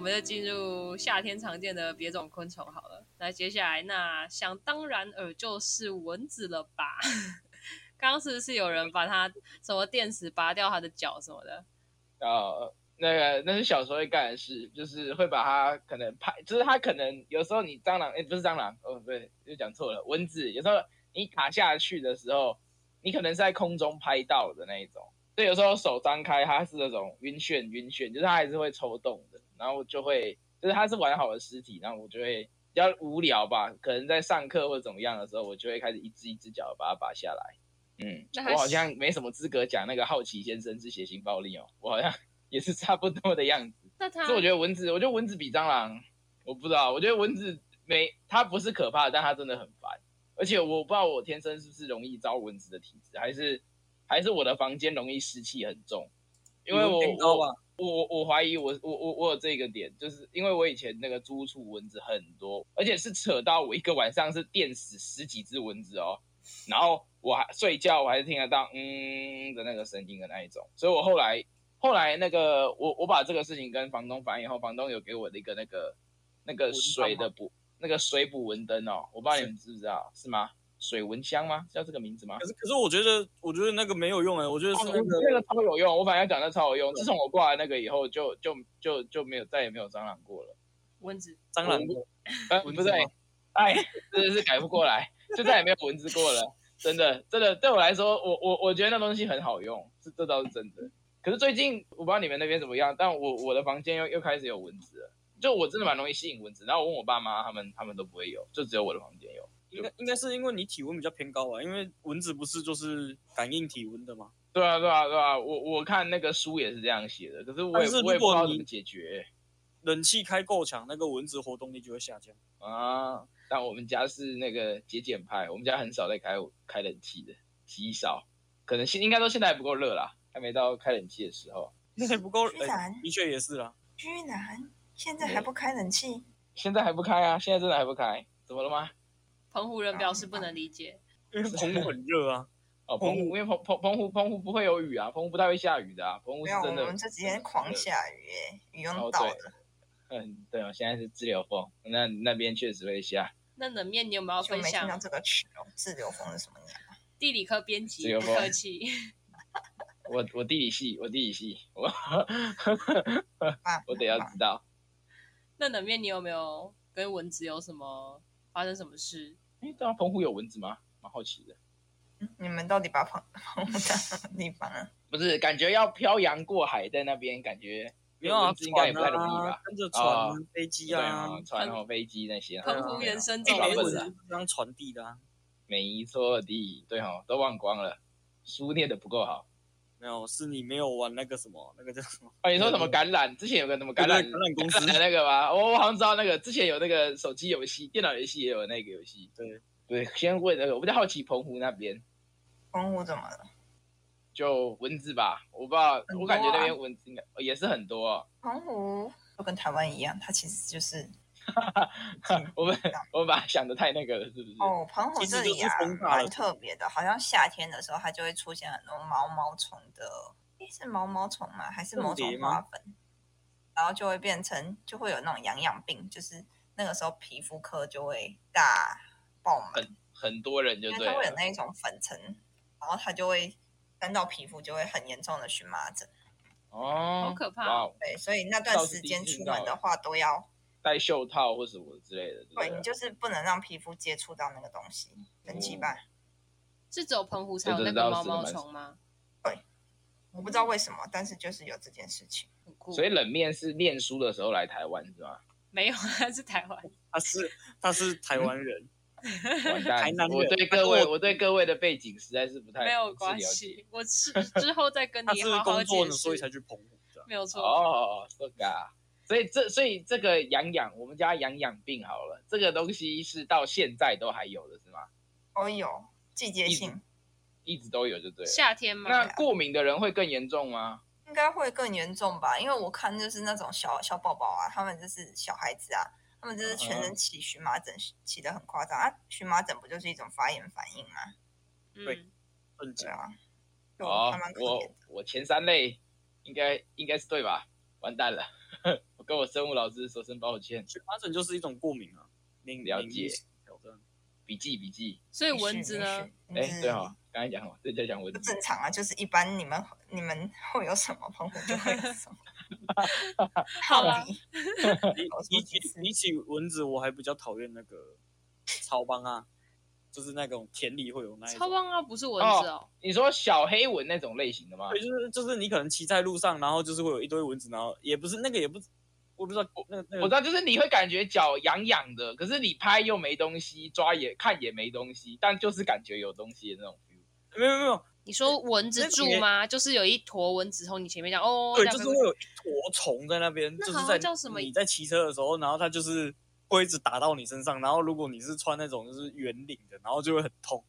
们就进入夏天常见的别种昆虫好了。那接下来，那想当然尔就是蚊子了吧？ 刚刚是不是有人把它什么电池拔掉它的脚什么的？呃，那个那是小时候会干的事，就是会把它可能拍，就是它可能有时候你蟑螂，哎、不是蟑螂，哦，不对，又讲错了，蚊子，有时候你卡下去的时候，你可能是在空中拍到的那一种，所以有时候手张开，它是那种晕眩晕眩，就是它还是会抽动的，然后就会，就是它是完好的尸体，然后我就会。比较无聊吧，可能在上课或怎么样的时候，我就会开始一只一只脚把它拔下来。嗯那还，我好像没什么资格讲那个好奇先生是血腥暴力哦，我好像 也是差不多的样子。那它可是我觉得蚊子，我觉得蚊子比蟑螂，我不知道，我觉得蚊子没它不是可怕的，但它真的很烦。而且我不知道我天生是不是容易招蚊子的体质，还是还是我的房间容易湿气很重，因为我你们变高吧，我我我怀疑我我我我有这个点，就是因为我以前那个租屋处蚊子很多，而且是扯到我一个晚上是电死十几只蚊子哦，然后我还睡觉我还是听得到嗯的那个声音的那一种，所以我后来后来那个我我把这个事情跟房东反映后，房东有给我的一个那个那个蚊帐水的吗补那个水补蚊灯哦，我不知道你是们知不知道是吗？水蚊香吗？叫这个名字吗？可是可是我觉得我觉得那个没有用哎、我觉得是哦那个那个超有用，我本来要讲那超有用，自从我挂了那个以后，就就就就没有再也没有蟑螂过了。蚊子蟑螂呃，蚊不子吗对， 哎，真的是改不过来，就再也没有蚊子过了。真的，真的对我来说，我我我觉得那东西很好用，是这倒是真的。可是最近我不知道你们那边怎么样，但我我的房间又又开始有蚊子了，就我真的蛮容易吸引蚊子。然后我问我爸妈，他们他们都不会有，就只有我的房间有。应该应该是因为你体温比较偏高啊吧，因为蚊子不是就是感应体温的吗？对啊，对啊，对啊，我我看那个书也是这样写的，可是我也但是如我也不知道果怎么你解决冷气开够强，那个蚊子活动力就会下降。啊。但我们家是那个节俭派，我们家很少在开开冷气的，极少，可能现应该说现在还不够热啦，还没到开冷气的时候。那也不够，居啊然哎的确也是啦。居然现在还不开冷气，现在还不开啊，现在真的还不开，怎么了吗？澎湖人表示不能理解。 因为澎湖很热 啊，哦，澎澎湖，因为澎澎澎湖澎湖不会有雨啊，澎湖不太会下雨的啊，澎湖没是有，我真的们这几天狂下雨、欸，雨哦对用到的，嗯，对哦，现在是自由风，那那边确实会下。那冷面你有没有就分没听到享？这个词哦。自流风是什么鸟？地理科编自辑由不风客气，我我地理系，我地理系，我爸 我得要知道。那冷面你有没有跟蚊子有什么发生什么事？哎，对啊，澎湖有蚊子吗？蛮好奇的。嗯 你们到底把 房放到什么地方啊？不是，感觉要漂洋过海在那边，感觉没有啊，蚊子应该也不太容易船啊吧？跟着船啊哦、飞机对啊，啊，船和飞机那些啊。澎对湖啊原生哎种对啊蚊没蚊子子啊，是当传递的啊。没错的，对哦，都忘光了，书念的不够好。没有，是你没有玩那个什么，那个叫什么？哦，你说什么感染？之前有个什么感染啊对对啊感染公司 的那个吗？我我好像知道那个，之前有那个手机游戏、电脑游戏也有那个游戏。对对，先问那个，我比较好奇澎湖那边澎湖怎么了？就蚊子吧，我不知道，多啊我感觉那边蚊子应该哦也是很多哦。 澎湖就跟台湾一样，它其实就是 我们我们把它想的太那个了，是不是？啊哦，澎湖其实这里就是啊风大了蛮特别的，好像夏天的时候它就会出现很多毛毛虫的，诶是毛毛虫吗？还是蝴某蝶种吗花粉？然后就会变成就会有那种痒痒病，就是那个时候皮肤科就会大爆满，很多人就因为对它会有了。那一种粉尘，然后它就会沾到皮肤就会很严重的荨麻疹。哦，好可怕哇哦对，所以那段倒是时第一间次出知道门的欸话都要戴袖套或什么之类的。对不你就是不能让皮肤接触到那个东西，神奇吧？是只有澎湖才有这那真的个毛倒是毛蛮虫吗？我不知道为什么，但是就是有这件事情。很酷，所以冷面是念书的时候来台湾是吗？没有，它是台湾。他是他是台湾人，嗯完蛋台南，人我对各位我对各位的背景实在是不太没有不是关了解。系，我是之后再跟他你是好好工作解呢，释。所以才去啊澎湖的。没有错，哦，这个啊，所以这所以这个痒痒，我们家痒痒病好了，这个东西是到现在都还有的是吗？哦，有季节一性，一直都有就对了。夏天嘛，那过敏的人会更严重吗？应该会更严重吧？因为我看就是那种小小宝宝啊，他们就是小孩子啊，他们就是嗯全身起荨麻疹，起得很夸张啊。荨麻疹不就是一种发炎反应吗？对嗯，瞬对间啊，就哦还蛮，可怜我我前三类应该应该是对吧？完蛋了，我跟我生物老师说声抱歉。荨麻疹就是一种过敏啊，免了免疫解系统的笔记笔记，所以蚊子呢？没哎、事？对啊，嗯哈，刚才讲好，对，在讲蚊不子。正常啊，就是一般你们你们 会有什么，澎湖就会有 什么。好啦底 比我比说起几次比起蚊子，我还比较讨厌那个超帮啊，就是那种田里会有那一超种，棒啊，不是蚊子哦，你说小黑蚊那种类型的吗？对，就是就是你可能骑在路上，然后就是会有一堆蚊子，然后也不是那个也不，我不知道那个那我知道，个就是你会感觉脚痒痒的，可是你拍又没东西，抓也看也没东西，但就是感觉有东西的那种 feel。没有没有没有，你说蚊子住吗？就是有一坨蚊子从你前面这样哦，对，这就样是会有一坨虫在那边，那就好是像在叫什么你在骑车的时候，然后它就是会一直打到你身上，然后如果你是穿那种就是圆领的，然后就会很痛，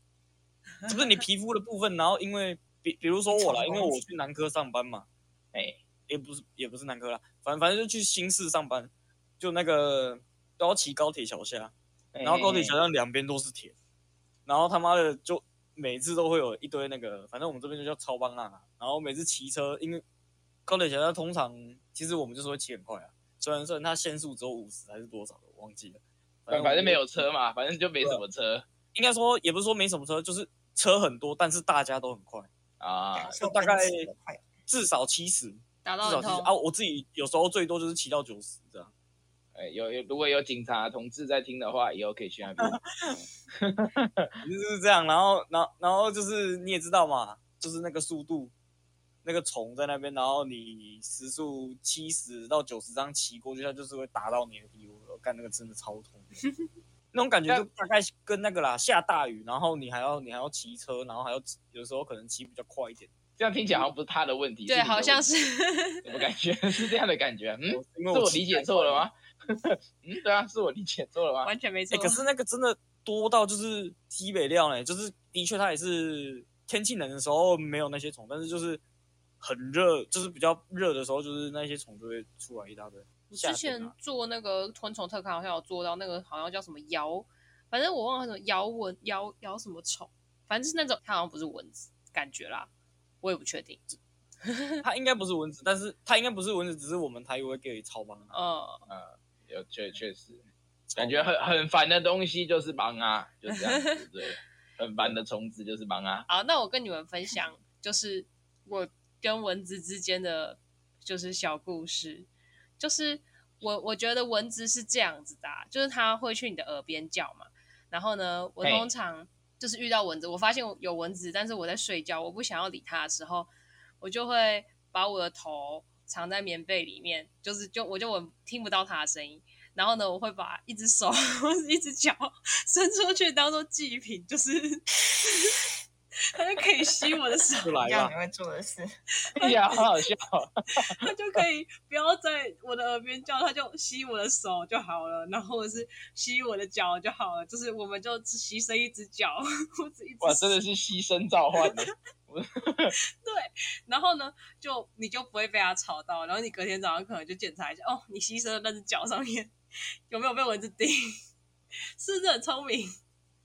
就是你皮肤的部分，然后因为比比如说我啦，虫因为我去南科上班嘛，哎、也不是也不是南科啦，反反正就去新市上班，就那个都要骑高铁桥下，然后高哎铁桥上两边都是铁，然后他妈的就每次都会有一堆那个，反正我们这边就叫超帮啊。然后每次骑车，因为高铁桥下通常其实我们就是会骑很快啊，虽然虽然它限速只有五十还是多少的，我忘记了，反我反正们没有，车嘛，反正就没什么车应该说也不是说没什么车，就是车很多，但是大家都很快，啊。就大概快至少七十，至打到少很七十痛啊，。我自己有时候最多就是骑到九十这样。哎、有有，如果有警察同志在听的话，以后可以去 那边。就是这样，然后，然后，然后就是你也知道嘛，就是那个速度，那个虫在那边，然后你时速七十到九十张骑过去，它就是会打到你的屁股，干那个真的超痛 的，那种感觉就大概跟那个啦，下大雨，然后你还要你还要骑车，然后还要有时候可能骑比较快一点，这样听起来好像不是他的问题，对，是你的好像问题 是怎么感觉 是这样的感觉啊？嗯，我因为是我骑理解太错快了吗？ 嗯，对啊，是我理解错了吗？完全没错哎、。可是那个真的多到就是西北料呢，就是的确它也是天气冷的时候没有那些虫，但是就是很热，就是比较热的时候，就是那些虫就会出来一大堆。我夏之天前啊做那个昆虫特刊，好像有做到那个，好像叫什么摇，反正我忘了什么摇蚊摇摇什么虫，反正就是那种，它好像不是蚊子，感觉啦，我也不确定。它应该不是蚊子，但是它应该不是蚊子，只是我们台语会给超帮啊，嗯，有确确实，啊感觉很很烦的东西就是忙啊，就这样子对， 很烦的虫子就是忙啊。好，那我跟你们分享，就是我跟蚊子之间的就是小故事，就是我我觉得蚊子是这样子的啊、就是它会去你的耳边叫嘛，然后呢，我嘿通常就是遇到蚊子，我发现有蚊子，但是我在睡觉，我不想要理它的时候，我就会把我的头藏在棉被里面，就是就我就我听不到它的声音。然后呢，我会把一只手 或是一只脚伸出去当做祭品，就是 它就可以吸我的手，啊就来这样吧你。会做的事，哎呀，好好笑哦，它就可以不要在我的耳边叫，它就吸我的手就好了，然后或者是吸我的脚就好了，就是我们就只牺牲一只脚， 或者一只哇，真的是牺牲召唤的。然后呢，就你就不会被它吵到，然后你隔天早上可能就检查一下，哦，你牺牲的那只脚上面有没有被蚊子叮， 是不是很聪明？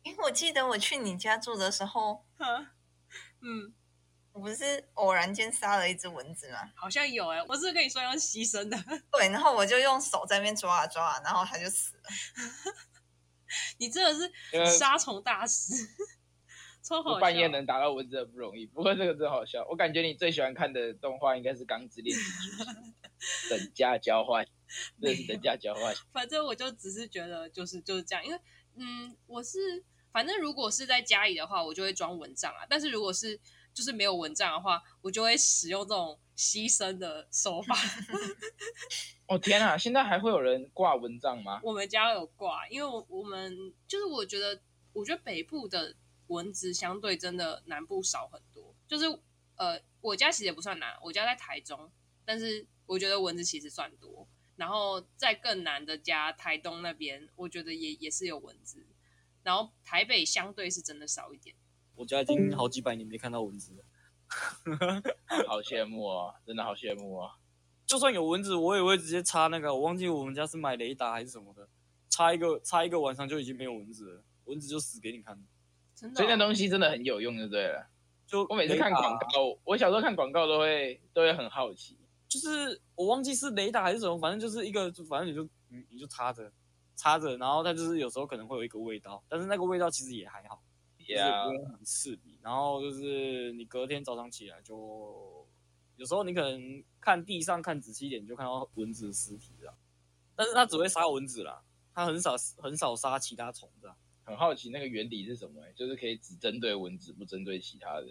因为我记得我去你家住的时候，哈嗯，我不是偶然间杀了一只蚊子吗？好像有哎、我是不是跟你说要牺牲的，对，然后我就用手在那边抓啊抓啊，然后它就死了。你真的因为是杀虫大师， 超 好笑。啊半夜能打到蚊子很不容易，不过这个真好笑。我感觉你最喜欢看的动画应该是《钢之炼金术 师》，等价交换，这是等价交换。反正我就只是觉得就是就是这样，因为嗯，我是反正如果是在家里的话，我就会装蚊帐啊，但是如果是就是没有蚊帐的话，我就会使用这种牺牲的手法。哦天啊，现在还会有人挂蚊帐吗？我们家有挂，因为我我们就是我觉得，我觉得北部的蚊子相对真的南部少很多。就是呃，我家其实也不算南，我家在台中，但是我觉得蚊子其实算多。然后在更南的家，台东那边，我觉得也也是有蚊子。然后台北相对是真的少一点。我家已经好几百年没看到蚊子了，好羡慕哦，真的好羡慕哦。就算有蚊子，我也会直接插那个，我忘记我们家是买雷达还是什么的，插一个插一个晚上就已经没有蚊子了，蚊子就死给你看。真的所以那哦、东西真的很有用，就对了。就我每次看啊雷达广告，我小时候看广告都会都会很好奇，就是我忘记是雷达还是什么，反正就是一个，就反正你就你你就插着插着，然后它就是有时候可能会有一个味道，但是那个味道其实也还好，就是不啊 Yeah，会很刺鼻。然后就是你隔天早上起来就，有时候你可能看地上看仔细一点，你就看到蚊子的尸体了，但是它只会杀蚊子啦，它很少很少杀其他虫子啊。很好奇那个原理是什么、欸，就是可以只针对蚊子，不针对其他的。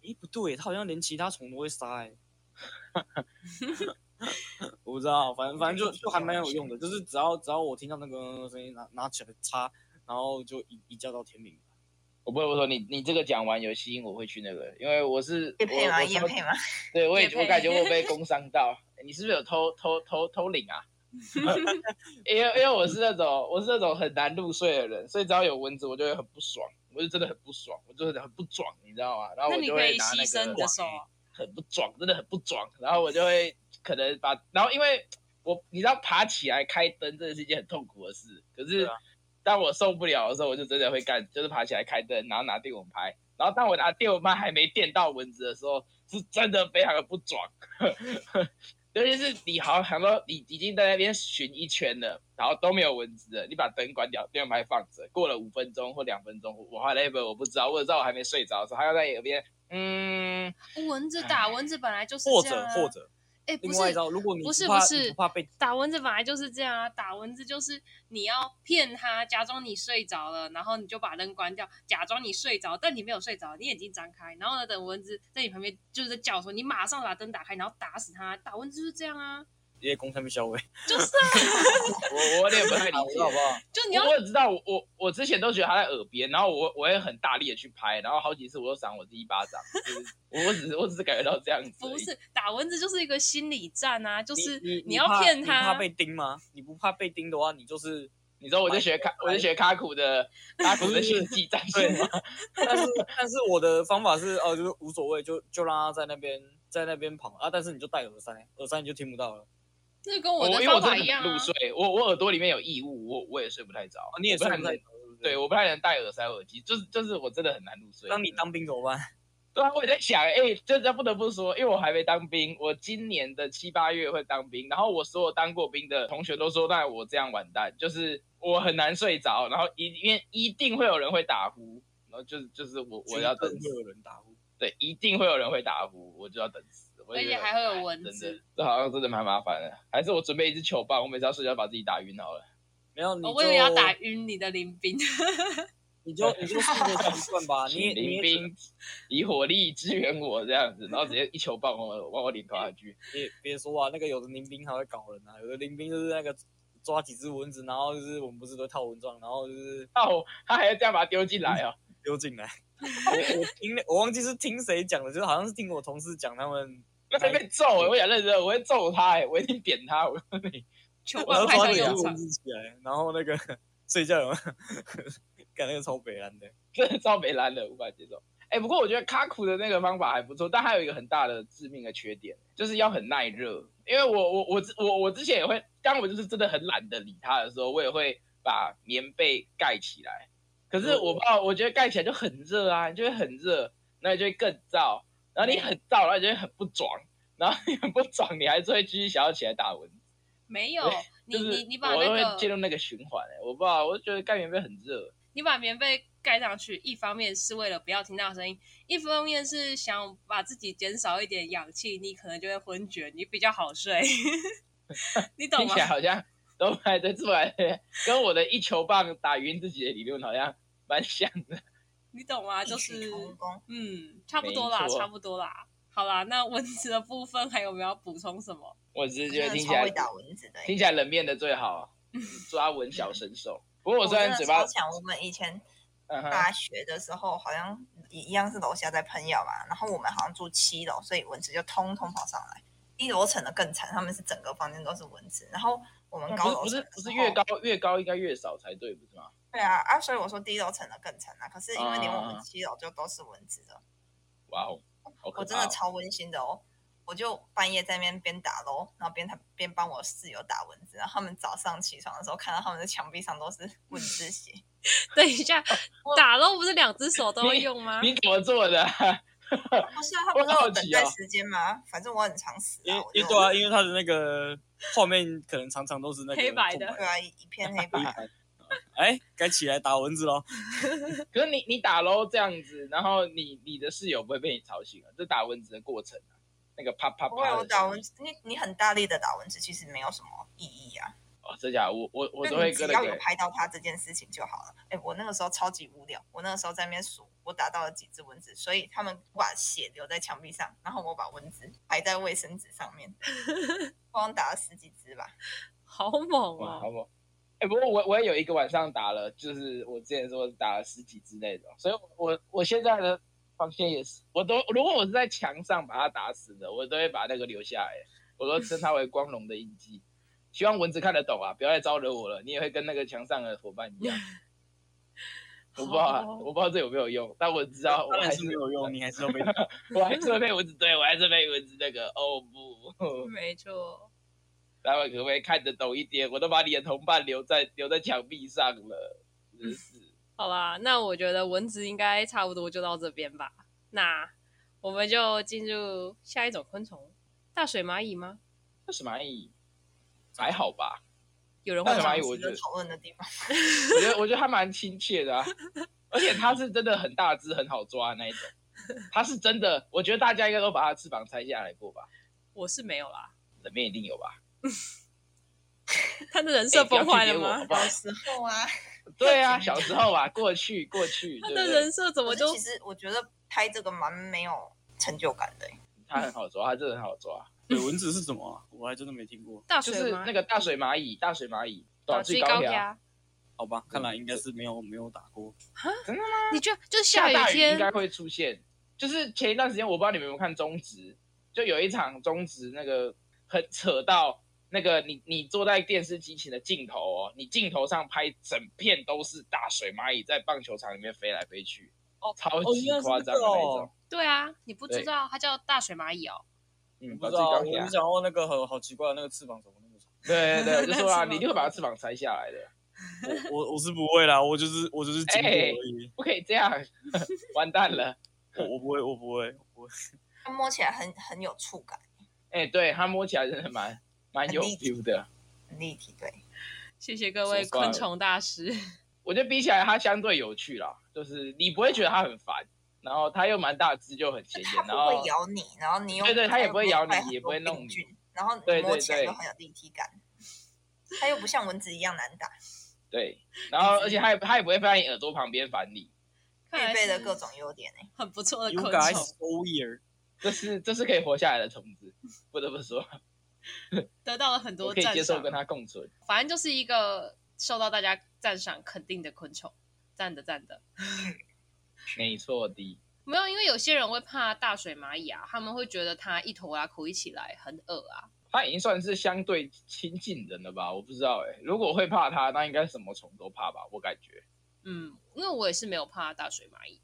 诶，不对，它好像连其他虫都会杀哎、 我不知道，反正反正就就还蛮有用的，就是只要只要我听到那个声音，拿拿起来擦，然后就一一觉到天明。我不会，我说你你这个讲完有吸引我会去那个，因为我是叶配吗？我叶我配吗？对我也业配我感觉我 被工伤到，你是不是有偷偷偷偷领啊？因为因为我是那种我是那种很难入睡的人，所以只要有蚊子我就会很不爽，我就真的很不爽，我就是很不爽，你知道吗？然后那我你就可会以拿那牺牲你个的手啊，很不爽，真的很不爽，然后我就会可能把，然后因为我你知道爬起来开灯真的是一件很痛苦的事，可是对啊当我受不了的时候，我就真的会干，就是爬起来开灯，然后拿电蚊拍。然后当我拿电蚊拍还没电到蚊子的时候，是真的非常的不爽。 尤其是你好像想说你已经在那边巡一圈了，然后都没有蚊子了，你把灯关掉，电蚊拍放着，过了五分钟或两分钟，我 whatever 我不知道，我只知道我还没睡着的时候，他要在耳边嗯，哦蚊子打蚊子本来就是或这样者啊或，者哎，另不外一是招，如果你不是怕不是你不怕被打蚊子本来就是这样啊，打蚊子就是你要骗他，假装你睡着了，然后你就把灯关掉，假装你睡着，但你没有睡着，你眼睛张开，然后呢，等蚊子在你旁边就是在叫的时候，你马上把灯打开，然后打死它。打蚊子就是这样啊，直接攻上面消委，就是啊， 我我有点不太理好解。不好？就 你要我我只知道我我我之前都觉得他在耳边，然后我我也很大力的去拍，然后好几次我都赏我自己一巴掌，就是我我只是我只是感觉到这样子而已，不是打蚊子就是一个心理战啊，就是你你要怕骗你他怕，被叮吗？你不怕被叮的话，你 就是你知道我就学卡我就学卡苦的卡苦的炫技 战术吗？但是但是我的方法是，哦，就是无所谓，就就让他在那边在那边跑啊，但是你就戴耳塞，耳塞你就听不到了。那跟哦我我的因为方我真法的一很样啊难入。睡，我我耳朵里面有异物，我我也睡不太着啊，，你也我不睡太不太能着，对不对，对？我不太能戴耳塞耳机，就是就是我真的很难入睡。当你当兵怎么办？对啊，我也在想，哎、这这不得不说，因为我还没当兵，我今年的七八月会当兵，然后我所有当过兵的同学都说，那我这样完蛋，就是我很难睡着，然后一因为一定会有人会打呼，然后就是就是我我要等会死，有人打呼，对，一定会有人会打呼，我就要等死。我就觉得而且还会有蚊子哎真的，这好像真的蛮麻烦的。还是我准备一支球棒，我每次要睡觉把自己打晕好了。没有你就、哦我以为要打晕你的 林兵，你 就你就试着习惯啊吧，你请也你林也兵以火力支援我这样子，然后直接一球棒往我往我脸头下去。别别说啊，那个有的林兵还会搞人啊，有的林兵就是那个抓几只蚊子，然后就是我们不是都套蚊帐，然后就是哦，他还要这样把它丢进来哦。丢进来。我我听我忘记是听谁讲的，就是好像是听我同事讲 他们。 那会被揍、欸，我想认真，我会揍他、欸，我一定扁他，我 告诉你，球我棒要派抓上几只用蚊场。子起来，然后那个 睡觉有没有， 干那个超北蓝的。真的超没蓝的，无法接受。哎、不过我觉得卡苦的那个方法还不错，但还有一个很大的致命的缺点，就是要很耐热。因为我我我之我我之前也会，当我就是真的很懒得理他的时候，我也会把棉被盖起来。可是我不知道，我觉得盖起来就很热啊，你就会很热，那你就会更燥，然后你很燥，然后你就会很不爽，然后你很不爽，你还是会继续想要起来打蚊子。没有，你就是你你把我那都会进个入那个循环、欸，我不知道，我就觉得盖棉被很热，你把棉被盖上去，一方面是为了不要听到声音，一方面是想把自己减少一点氧气，你可能就会昏厥，你比较好睡， 你懂啊听吗起？来好像都还在出来，跟我的一球棒打晕自己的理论好像蛮像的。你懂吗？就异曲是同工。嗯，差不多啦，没错差不多啦。好啦，那蚊子的部分还有没有要补充什么？ 我只是觉得真的听起超来会打蚊子的欸。听起来冷面的最好，嗯抓蚊小神手。不过我虽真然的嘴巴超，强，我们以前嗯哼，大学的时候好像一样是楼下在喷药嘛，然后我们好像住七楼，所以蚊子就通通跑上来。一楼层的更惨，他们是整个房间都是蚊子。然后我们高哦楼嗯不层是的不是不时是候越高越高应该越少才对，不是吗？对啊啊，所以我说低楼层的更惨啊。可是因为连我啊们七楼就都是蚊子的，哇哦，好可怕哦我真的超温馨的哦。我就半夜在那边边打咯，然后边他边帮我室友打蚊子，然后他们早上起床的时候看到他们的墙壁上都是蚊子血，等一下，打漏不是两只手都会用吗？你怎么做的啊？ 不是啊，他不是我好有等奇待哦时间吗？反正我很常死因啊为，我因就为对啊，因为它的那个画面可能常常都是那个黑白的空对啊，一一片 黑白黑啊，白。哎，该起来打蚊子喽！可是你你打喽这样子，然后你你的室友不会被你吵醒啊？这打蚊子的过程啊，那个啪啪不会，啪我的打声蚊音，子，你你很大力的打蚊子，其实没有什么意义啊。哦，真假的？我我我就都你会只跟要那有个拍到它这件事情就好了。哎，我那个时候超级无聊，我那个时候在那边数我打到了几只蚊子，所以他们把血留在墙壁上，然后我把蚊子排在卫生纸上面，光打了十几只吧。好猛啊哇，哦！好猛！哎、不过我我也有一个晚上打了，就是我之前说打了十几只那种，所以我我现在的防线也是，我都如果我是在墙上把它打死的，我都会把那个留下来，我都称它为光荣的印记。希望蚊子看得懂啊，不要再招惹我了，你也会跟那个墙上的伙伴一 样。我不知道啊，好我不知道这有没有用，但我知道我当还然是是没 有用，你还是要被打。我还是会被蚊子对，我还是被蚊子那个哦不，没错，他们可不可以看得懂一点？我都把你的同伴留在留在墙壁上了，真是。好啦，那我觉得蚊子应该差不多就到这边吧。那我们就进入下一种昆虫——大水蚂蚁吗？那什么蚂蚁还好吧？有人会大水蚂吗？蚁这我是觉得值得讨论的地方。我觉得我觉得它蛮亲切的啊，而且它是真的很大只，很好抓的那一种。它是真的，我觉得大家应该都把它的翅膀拆下来过吧？我是没有啦。里面一定有吧？他的人设哎不要崩坏去了点我好吗？不好小？时候啊，对啊，小时候啊，过去过去，他对不的对？人设怎么我就就其实我觉得拍这个蛮没有成就感的欸。它很好抓，它真的很好抓，对，蚊子是什么啊？我还真的没听过。大就水是蚂那蚁？个大水蚂蚁，大水蚂蚁，短追最高条，压，好吧，看嗯来应该是没有没有打过。你就就下雨大雨应天该会出现。就是前一段时间，我不知道你们有没有看中职，就有一场中职那个很扯到那个你你坐在电视机前的镜头哦，你镜头上拍整片都是大水蚂蚁在棒球场里面飞来飞去，哦超哦级原来是夸张的那这一个种哦。对啊，你不知对道它叫大水蚂蚁哦。嗯，不把知自道，己搞我只起来想。要那个很好奇怪的那个翅膀怎么那么长。对对对，我就说啊，翅膀你一定会把它翅膀拆下来的， 我我我是不会啦，我就是我就是经过哎而已。不可以这样， 完蛋了。我我不会，我不会，我不会。它摸起来很很有触感，哎、对，它摸起来真的蛮蛮哎有很立体 feel 的。很立体。对，谢谢各位说算了昆虫大师。我觉得比起来，它相对有趣啦，就是你不会觉得它很烦，然后它又蛮大只，就很显它眼，不然后会咬你，然后你又对对它也不会咬你它也不会弄你，然后对你对摸起来对又很有立体感，它又不像蚊子一样难打。对，然后而且它也它也不会放在你耳朵旁边烦你，看配来备的是各种优点欸呢。很不错的 You 昆 guys 虫， so weird。这是这是可以活下来的虫子，不得不说，得到了很我多可以赞接受赏跟。它共存。反正就是一个受到大家赞赏肯定的昆虫，赞的赞的。没错的，没有，因为有些人会怕大水蚂蚁啊，他们会觉得它一头啊苦一起来很恶啊。它已经算是相对亲近人了吧？我不知道哎、如果会怕它，那应该什么虫都怕吧？我感觉。嗯，因为我也是没有怕大水蚂蚁，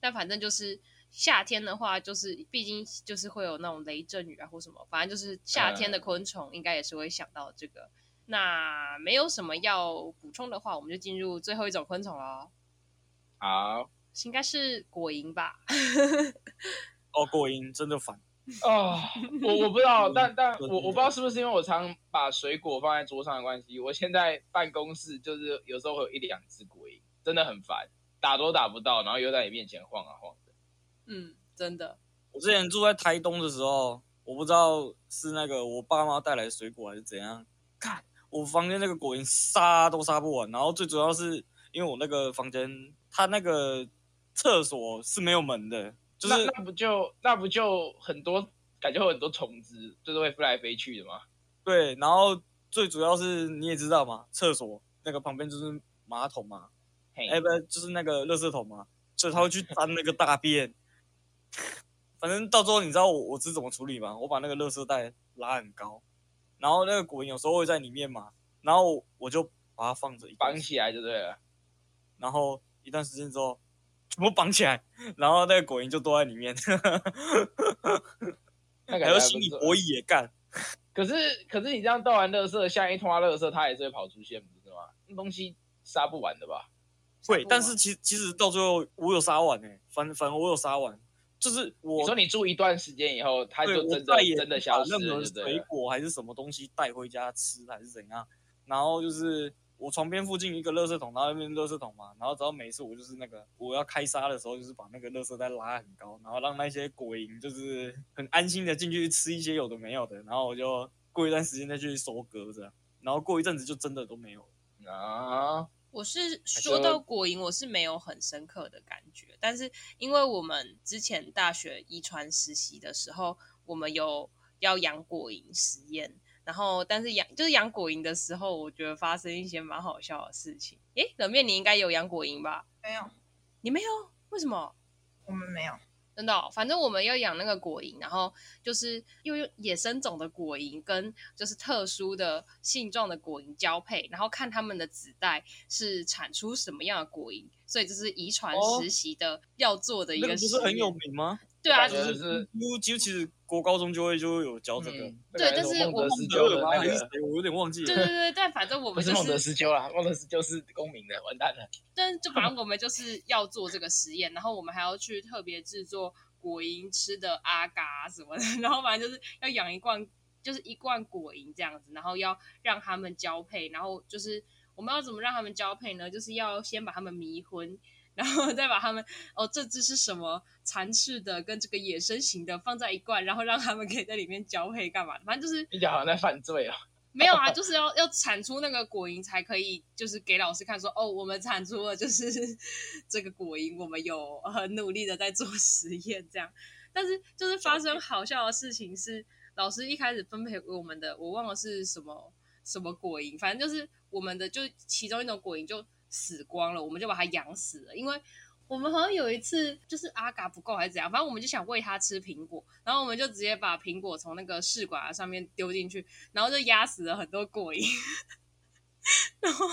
但反正就是夏天的话，就是毕竟就是会有那种雷阵雨啊或什么，反正就是夏天的昆虫应该也是会想到这个。那没有什么要补充的话，我们就进入最后一种昆虫喽，好应该是果蝇吧？ 哦，过音真的烦。哦，我我不知道，但但嗯我我我不知道是不是因为我常把水果放在桌上的关系，我现在办公室就是有时候会有一两只果蝇，真的很烦，打都打不到，然后又在你面前晃啊晃的。嗯，真的。我之前住在台东的时候，我不知道是那个我爸妈带来的水果还是怎样，看我房间那个果蝇杀都杀不完。然后最主要是因为我那个房间，它那个厕所是没有门的，就是那那不就那不就很多感觉会有很多虫子，就是会飞来飞去的嘛。对，然后最主要是你也知道嘛，厕所那个旁边就是马桶嘛，嘿，哎、不就是那个垃圾桶嘛，所以他会去沾那个大便。反正到最后你知道我我是怎么处理吗？我把那个垃圾袋拉很高，然后那个果蝇有时候会在里面嘛，然后我就把它放着一段绑时，起来就对了。然后一段时间之后全部绑起来，然后那个果蝇就都在里面，那感还觉有还不心理错博弈也干。可是可是你这样倒完垃圾，下一拖垃圾它也是会跑出现，不是吗？那东西杀不完的吧？会，不但完啊是其其实到最后我有杀完哎、欸，反反而我有杀完，就是你我说你住一段时间以后，它对就我真再的也真的不消把失任何了，对水了。果还是什么东西带回家吃还是怎样。然后就是我床边附近一个垃圾桶，然后那边垃圾桶嘛，然后只要每次我就是那个我要开杀的时候，就是把那个垃圾袋拉很高，然后让那些鬼蝇就是很安心的进去吃一些有的没有的，然后我就过一段时间再去收割这样，然后过一阵子就真的都没有了。啊，我是说到果蝇，我是没有很深刻的感觉，但是因为我们之前大学遗传实习的时候，我们有要养果蝇实验，然后但是养就是养果蝇的时候，我觉得发生一些蛮好笑的事情。诶，冷面你应该有养果蝇吧？没有，你没有？为什么？我们没有。真的哦、反正我们要养那个果蝇，然后就是又用野生种的果蝇跟就是特殊的性状的果蝇交配，然后看它们的子代是产出什么样的果蝇，所以这是遗传哦实习的、要做的一那个个不实是很验有名吗？对啊，感就觉是是几乎几乎其实国高中就会就会有教这个。嗯对那个但是孟我德们斯德鸠的尔吗？那还是个谁？我有点忘记对了对。对，但反正我不们是就孟德是，斯鸠啊啦，孟德斯鸠是公民的，完蛋了。但就反正我们就是要做这个实验，然后我们还要去特别制作果蝇吃的阿嘎啊什么的， 然后反正就是要养一罐，就是一罐果蝇这样子，然后要让它们交配，然后就是我们要怎么让它们交配呢？就是要先把它们迷昏。然后 再把它们哦，这只是什么蚕翅的，跟这个野生型的放在一罐，然后让它们可以在里面交配干嘛的？反正就是你讲好像在犯罪哦。没有啊，就是要要产出那个果蝇才可以，就是给老师看说，哦，我们产出了就是 这个果蝇，我们有呃很努力的在做实验这样。但是就是发生好笑的事情是，老师一开始分配给我们的，我忘了是什么什么果蝇，反正就是我们的就其中一种果蝇就死光了，我们就把它养死了，因为。我们好像有一次就是阿嘎不够还是怎样，反正我们就想喂它吃苹果，然后我们就直接把苹果从那个试管上面丢进去，然后就压死了很多果蝇， 然后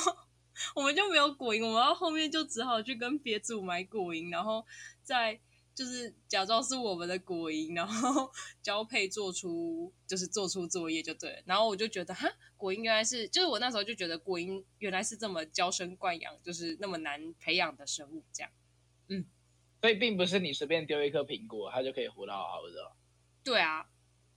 我们就没有果蝇，我们到后面就只好去跟别组买果蝇，然后再就是假装是我们的果蝇，然后交配做出就是做出作业就对了。然后我就觉得哈，果蝇原来是就是我那时候就觉得果蝇原来是这么娇生惯养，就是那么难培养的生物这样。所以并不是你随便丢一颗苹果，它就可以活得好好的哦。对啊，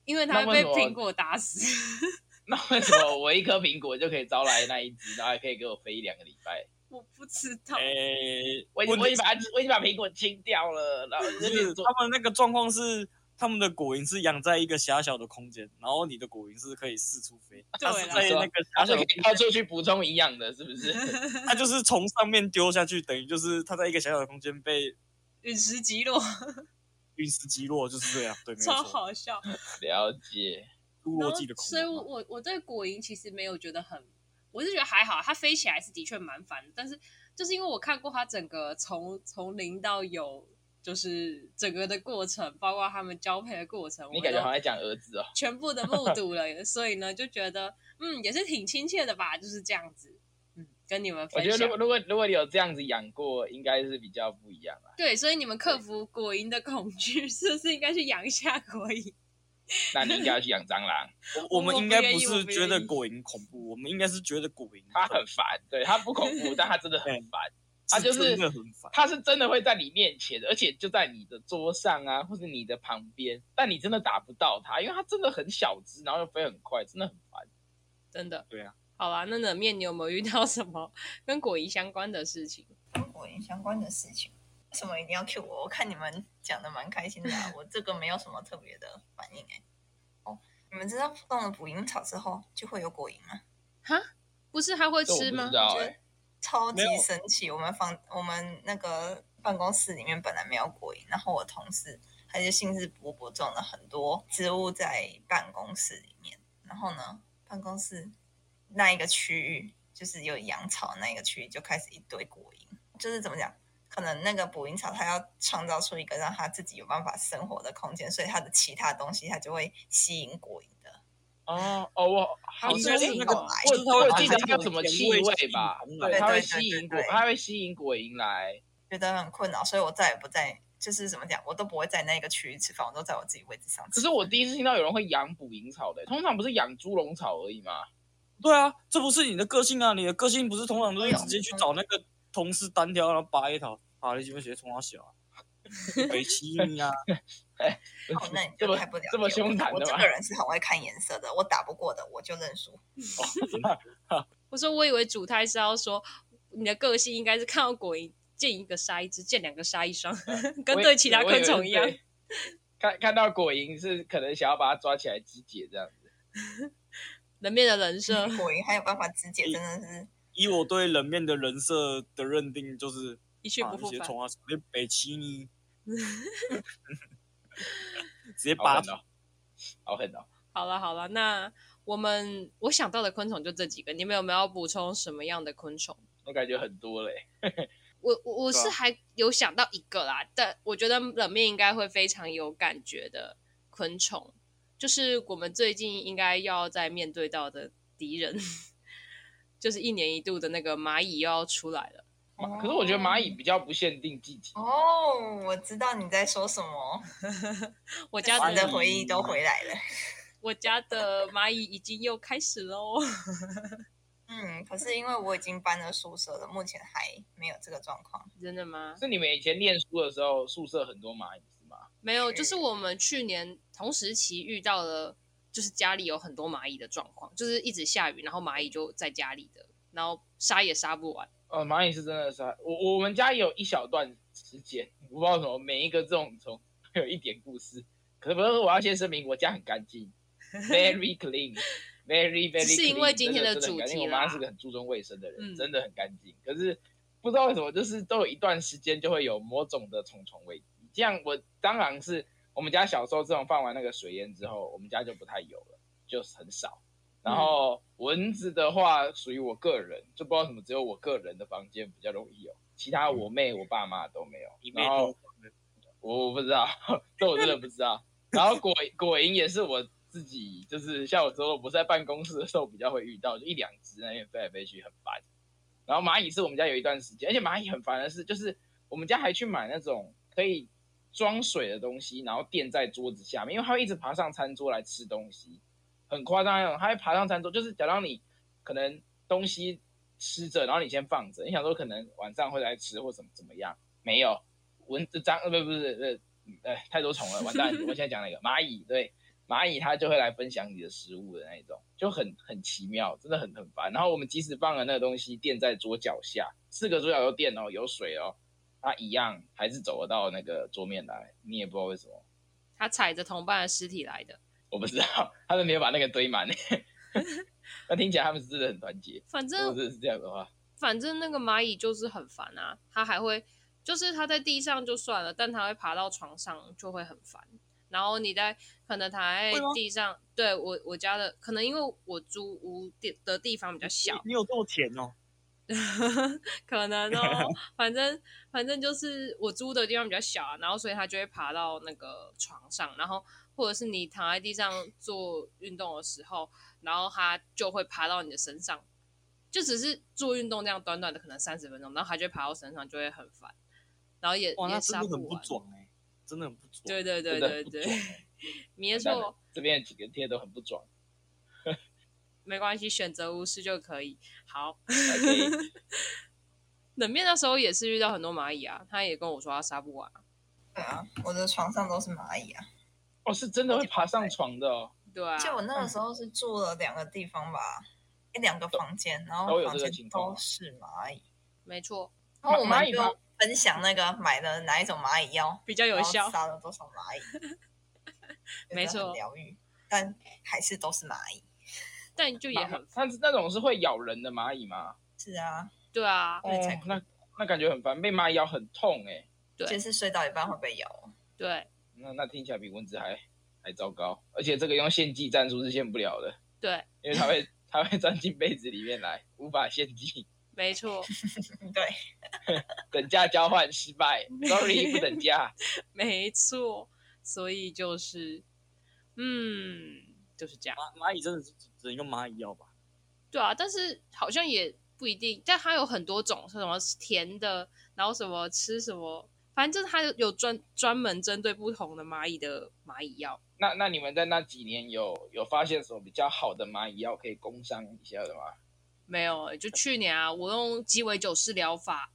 因为它那会被为什么苹果打死。 那为什么我一颗苹果就可以招来那一只，然后还可以给我飞一两个礼拜？我不知道，哎诶，我已经问我已题经把它我已经把苹果清掉了，然后那是边做他们那个状况是，他们的果蝇是养在一个狭小的空间，然后你的果蝇是可以四处飞，它对是啦在那个它是狭小可的以到处去补充营养的，是不 是？它就是从上面丢下去，等于就是它在一个小小的空间被陨石击落，陨石击落，就是这样，对，没有超错，好笑。了解，侏然罗后纪的恐所以我龙嘛。我我对果蝇其实没有觉得很，我是觉得还好，它飞起来是的确蛮烦的，但是就是因为我看过它整个从从零到有，就是整个的过程，包括他们交配的过程，你我感觉都好像在讲儿子哦。全部的 目睹了，所以呢就觉得嗯也是挺亲切的吧，就是这样子，嗯，跟你们我分觉得如享果。如果如果你有这样子养过，应该是比较不一样啦。对，所以你们克服果蝇的恐惧， 是不是应该去养一下果蝇？那你应该要去养蟑螂，我我们应该我不愿不意我是不觉愿得意果蝇恐怖，我们应该是觉得果蝇它很烦，对它不恐怖，但它真的很烦。它是就是真的很烦。它是真的会在你面前，而且就在你的桌上啊，或者你的旁边，但你真的打不到它，因为它真的很小只，然后又飞很快，真的很烦。真的，对啊。好啦，那冷面你有没有遇到什么跟果蝇相关的事情？跟果蝇相关的事情。为什么一定要 Q 我？我看你们讲的蛮开心的、 啊，我这个没有什么特别的反应哎、哦，你们知道种了捕蝇草之后就会有果蝇吗？哈，不是他会这我不吃吗知？道我觉哎、得超级没有神奇！我们房我们那个办公室里面本来没有果蝇，然后我同事他就兴致勃勃种了很多植物在办公室里面，然后呢，办公室那一个区域就是有养草那一个区域就开始一堆果蝇，就是怎么讲？可能那个捕蝇草，它要创造出一个让它自己有办法生活的空间，所以它的其他东西它就会吸引果蝇的。哦哦，我 好应像该是哎那个就是它我会我记得把它有什么气味吧？对对，对它会对吸引果对，对它会吸引果蝇来。觉得很困扰，所以我再也不在，就是怎么讲，我都不会在那个区域吃饭，我都在我自己位置上可吃。是我第一次听到有人会养捕蝇草的，通常不是养猪笼草而已吗？对啊，这不是你的个性啊！你的个性哎不是通常都是直接去找那个同事单挑，然后拔一条，拔了就会直接冲他小、啊。北七 运啊，哦，那你这就么太不了解这么我凶残我的这吗个？人是很会看颜色的，我打不过的我就认输。哦我说我以为主胎是要说你的个性应该是看到果蝇见一个杀一只，见两个杀一双， 跟啊我以对其他我以为昆虫一样。对。看看到果蝇是可能想要把它抓起来肢解这样子，人面的人设，嗯果蝇还有办法肢解，真的是以我对冷面的人设的认定，就是 一去啊不一复些返。虫啊，直接北 齐你，直接好拔狠哦，好狠哦！好了好了，那我们我想到的昆虫就这几个，你们有没有要补充什么样的昆虫？我感觉很多嘞，我我我对啊是还有想到一个啦，但我觉得冷面应该会非常有感觉的昆虫，就是我们最近应该要在面对到的敌人， 就是一年一度的那个蚂蚁又要出来了。 蚂可是我觉得蚂哦蚁比较不限定季节，哦，我知道你在说什么，我家我的的回忆都回来了。我家的蚂蚁已经又开始喽。 嗯，可是因为我已经搬了宿舍了，目前还没有这个状况。真的吗？是你们以前念书的时候宿舍很多蚂蚁是吗？没有，就是是我们去年同时期遇到了，就是家里有很多蚂蚁的状况，就是一直下雨，然后蚂蚁就在家里的，然后杀也杀不完。哦，蚂蚁是真的是还，我我们家也有一小段时间，我不知道为什么每一个这种虫会有一点故事。可是不是，我要先声明，我家很干 净，very clean，very very clean。是因为今天的的真的很干净主题我妈啦是个很注重卫生的人，嗯真的很干净。可是不知道为什么，就是都有一段时间就会有某种的虫虫危机。这样我当然是我们家小时候自从放完那个水淹之后，我们家就不太有了，就是很少。然后蚊子的话，属于我个人，就不知道为什么，只有我个人的房间比较容易有，其他我妹、我爸妈都没有。一面然后都我我不知道， 这我真的不知道。然后果果蝇也是我自己，就是像我说，我在办公室的时候比较会遇到，就一两只在那边飞来飞去，很烦。然后蚂蚁是我们家有一段时间，而且蚂蚁很烦的是，就是我们家还去买那种可以装水的东西，然后垫在桌子下面，因为它会一直爬上餐桌来吃东西，很夸张那种。它会爬上餐桌，就是假装你可能东西吃着，然后你先放着，你想说可能晚上会来吃或怎么怎么样，没有，蚊子蟑呃不不是呃呃太多虫了，完蛋！我现在讲那个蚂蚁，对蚂蚁它就会来分享你的食物的那一种，就很很奇妙，真的很很烦。然后我们即使放了那个东西垫在桌脚下，四个桌脚都垫哦，有水哦，它一样还是走得到那个桌面来，你也不知道为什么，他踩着同伴的尸体来的，我不知道，他们没有把那个堆满。 那听起来他们是真的很团结。反如果正真的是这样的话，反正那个蚂蚁就是很烦啊，它还会就是它在地上就算了，但它会爬到床上就会很烦。然后你在可能躺在会吗地上，对我我家的可能因为我租屋地的地方比较小，你有这么甜哦？ 可能哦，反正反正就是我租的地方比较小、啊，然后所以它就会爬到那个床上，然后或者是你躺在地上做运动的时候，然后它就会爬到你的身上，就只是做运动这样短短的可能三十分钟，然后它就会爬到身上，就会很烦，然后也哇，那也真杀的很不不完。爽哎，真的很不爽。对对对真的很对不对爽，没完蛋错了，这边的几个贴都很不爽。没关系，选择无视就可以。好，还可以冷面那时候也是遇到很多蚂蚁啊，他也跟我说他杀不完啊。对啊，我的床上都是蚂蚁啊。哦，是真的会爬上床的哦。对啊，就我那个时候是住了两个地方吧，一两个房间，然都后有房这个间情况都啊是蚂蚁。没错，然后我蚂们蚁就吗分享那个买了哪一种蚂蚁药，比较有然后效。杀了多少 蚂蚁，觉得没错很疗愈，但还是都是蚂蚁。 但就也很它是那种是会咬人的蚂蚁吗？是啊，对啊，哦对才那那感觉很烦，被蚂蚁咬很痛哎、对就是睡到一半会被咬哦。对那那听起来比蚊子还还糟糕，而且这个用献祭战术是献不了的，对，因为它 会它会钻进被子里面来，无法献祭，没错， 嗯对，等价交换失 败，sorry 不等价。没错，所以就是，嗯，就是这样。蚂蚂蚁真的是只只能用蚂蚁药吧？对啊，但是好像也不一定，但它有很多种，是什么甜的，然后什么吃什么，反正就是它有有专专门针对不同的蚂蚁的蚂蚁药。那那你们在那几年有有发现什么比较好的蚂蚁药可以工商一下的吗？欸没有，就去年啊，我用鸡尾酒式疗法，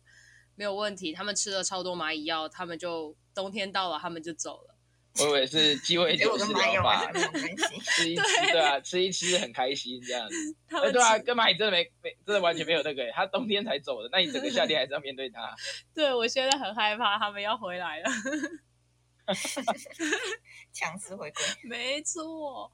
没有问题，他们吃了超多蚂蚁药，他们就冬天到了，他们就走了。我以为是鸡 尾结酒果式跟蚂蚁疗玩法 的，很开心。吃一吃，对啊，吃一吃很开心这样子。 他哎，们对啊，吃跟蚂蚁真的没没，真的完全没有那个欸，它冬天才走的，那你整个夏天还是要面 对它。对我现在很害怕他们要回来了。 强制回归。没错。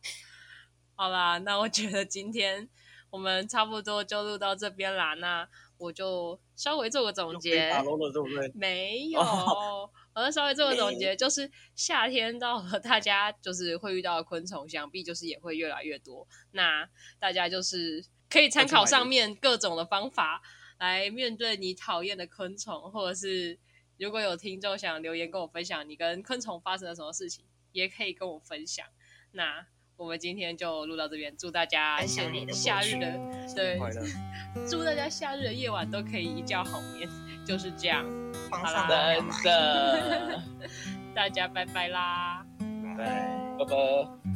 好啦，那我觉得今天我们差不多就录到这边啦。那我就稍微做个总就结被。打漏了，对不对？没有，哦我要稍微做个总结，就是夏天到了，大家就是会遇到的昆虫，想必就是也会越来越多。那大家就是可以参考上面各种的方法来面对你讨厌的昆虫，或者是如果有听众想留言跟我分享你跟昆虫发生了什么事情，也可以跟我分享。那我们今天就录到这边，祝大家分享夏你的故夏日事的对快乐，祝大家夏日的夜晚都可以一觉好眠，就是这样。皇好啦真上都没有买。的，大家拜拜啦！ 拜拜。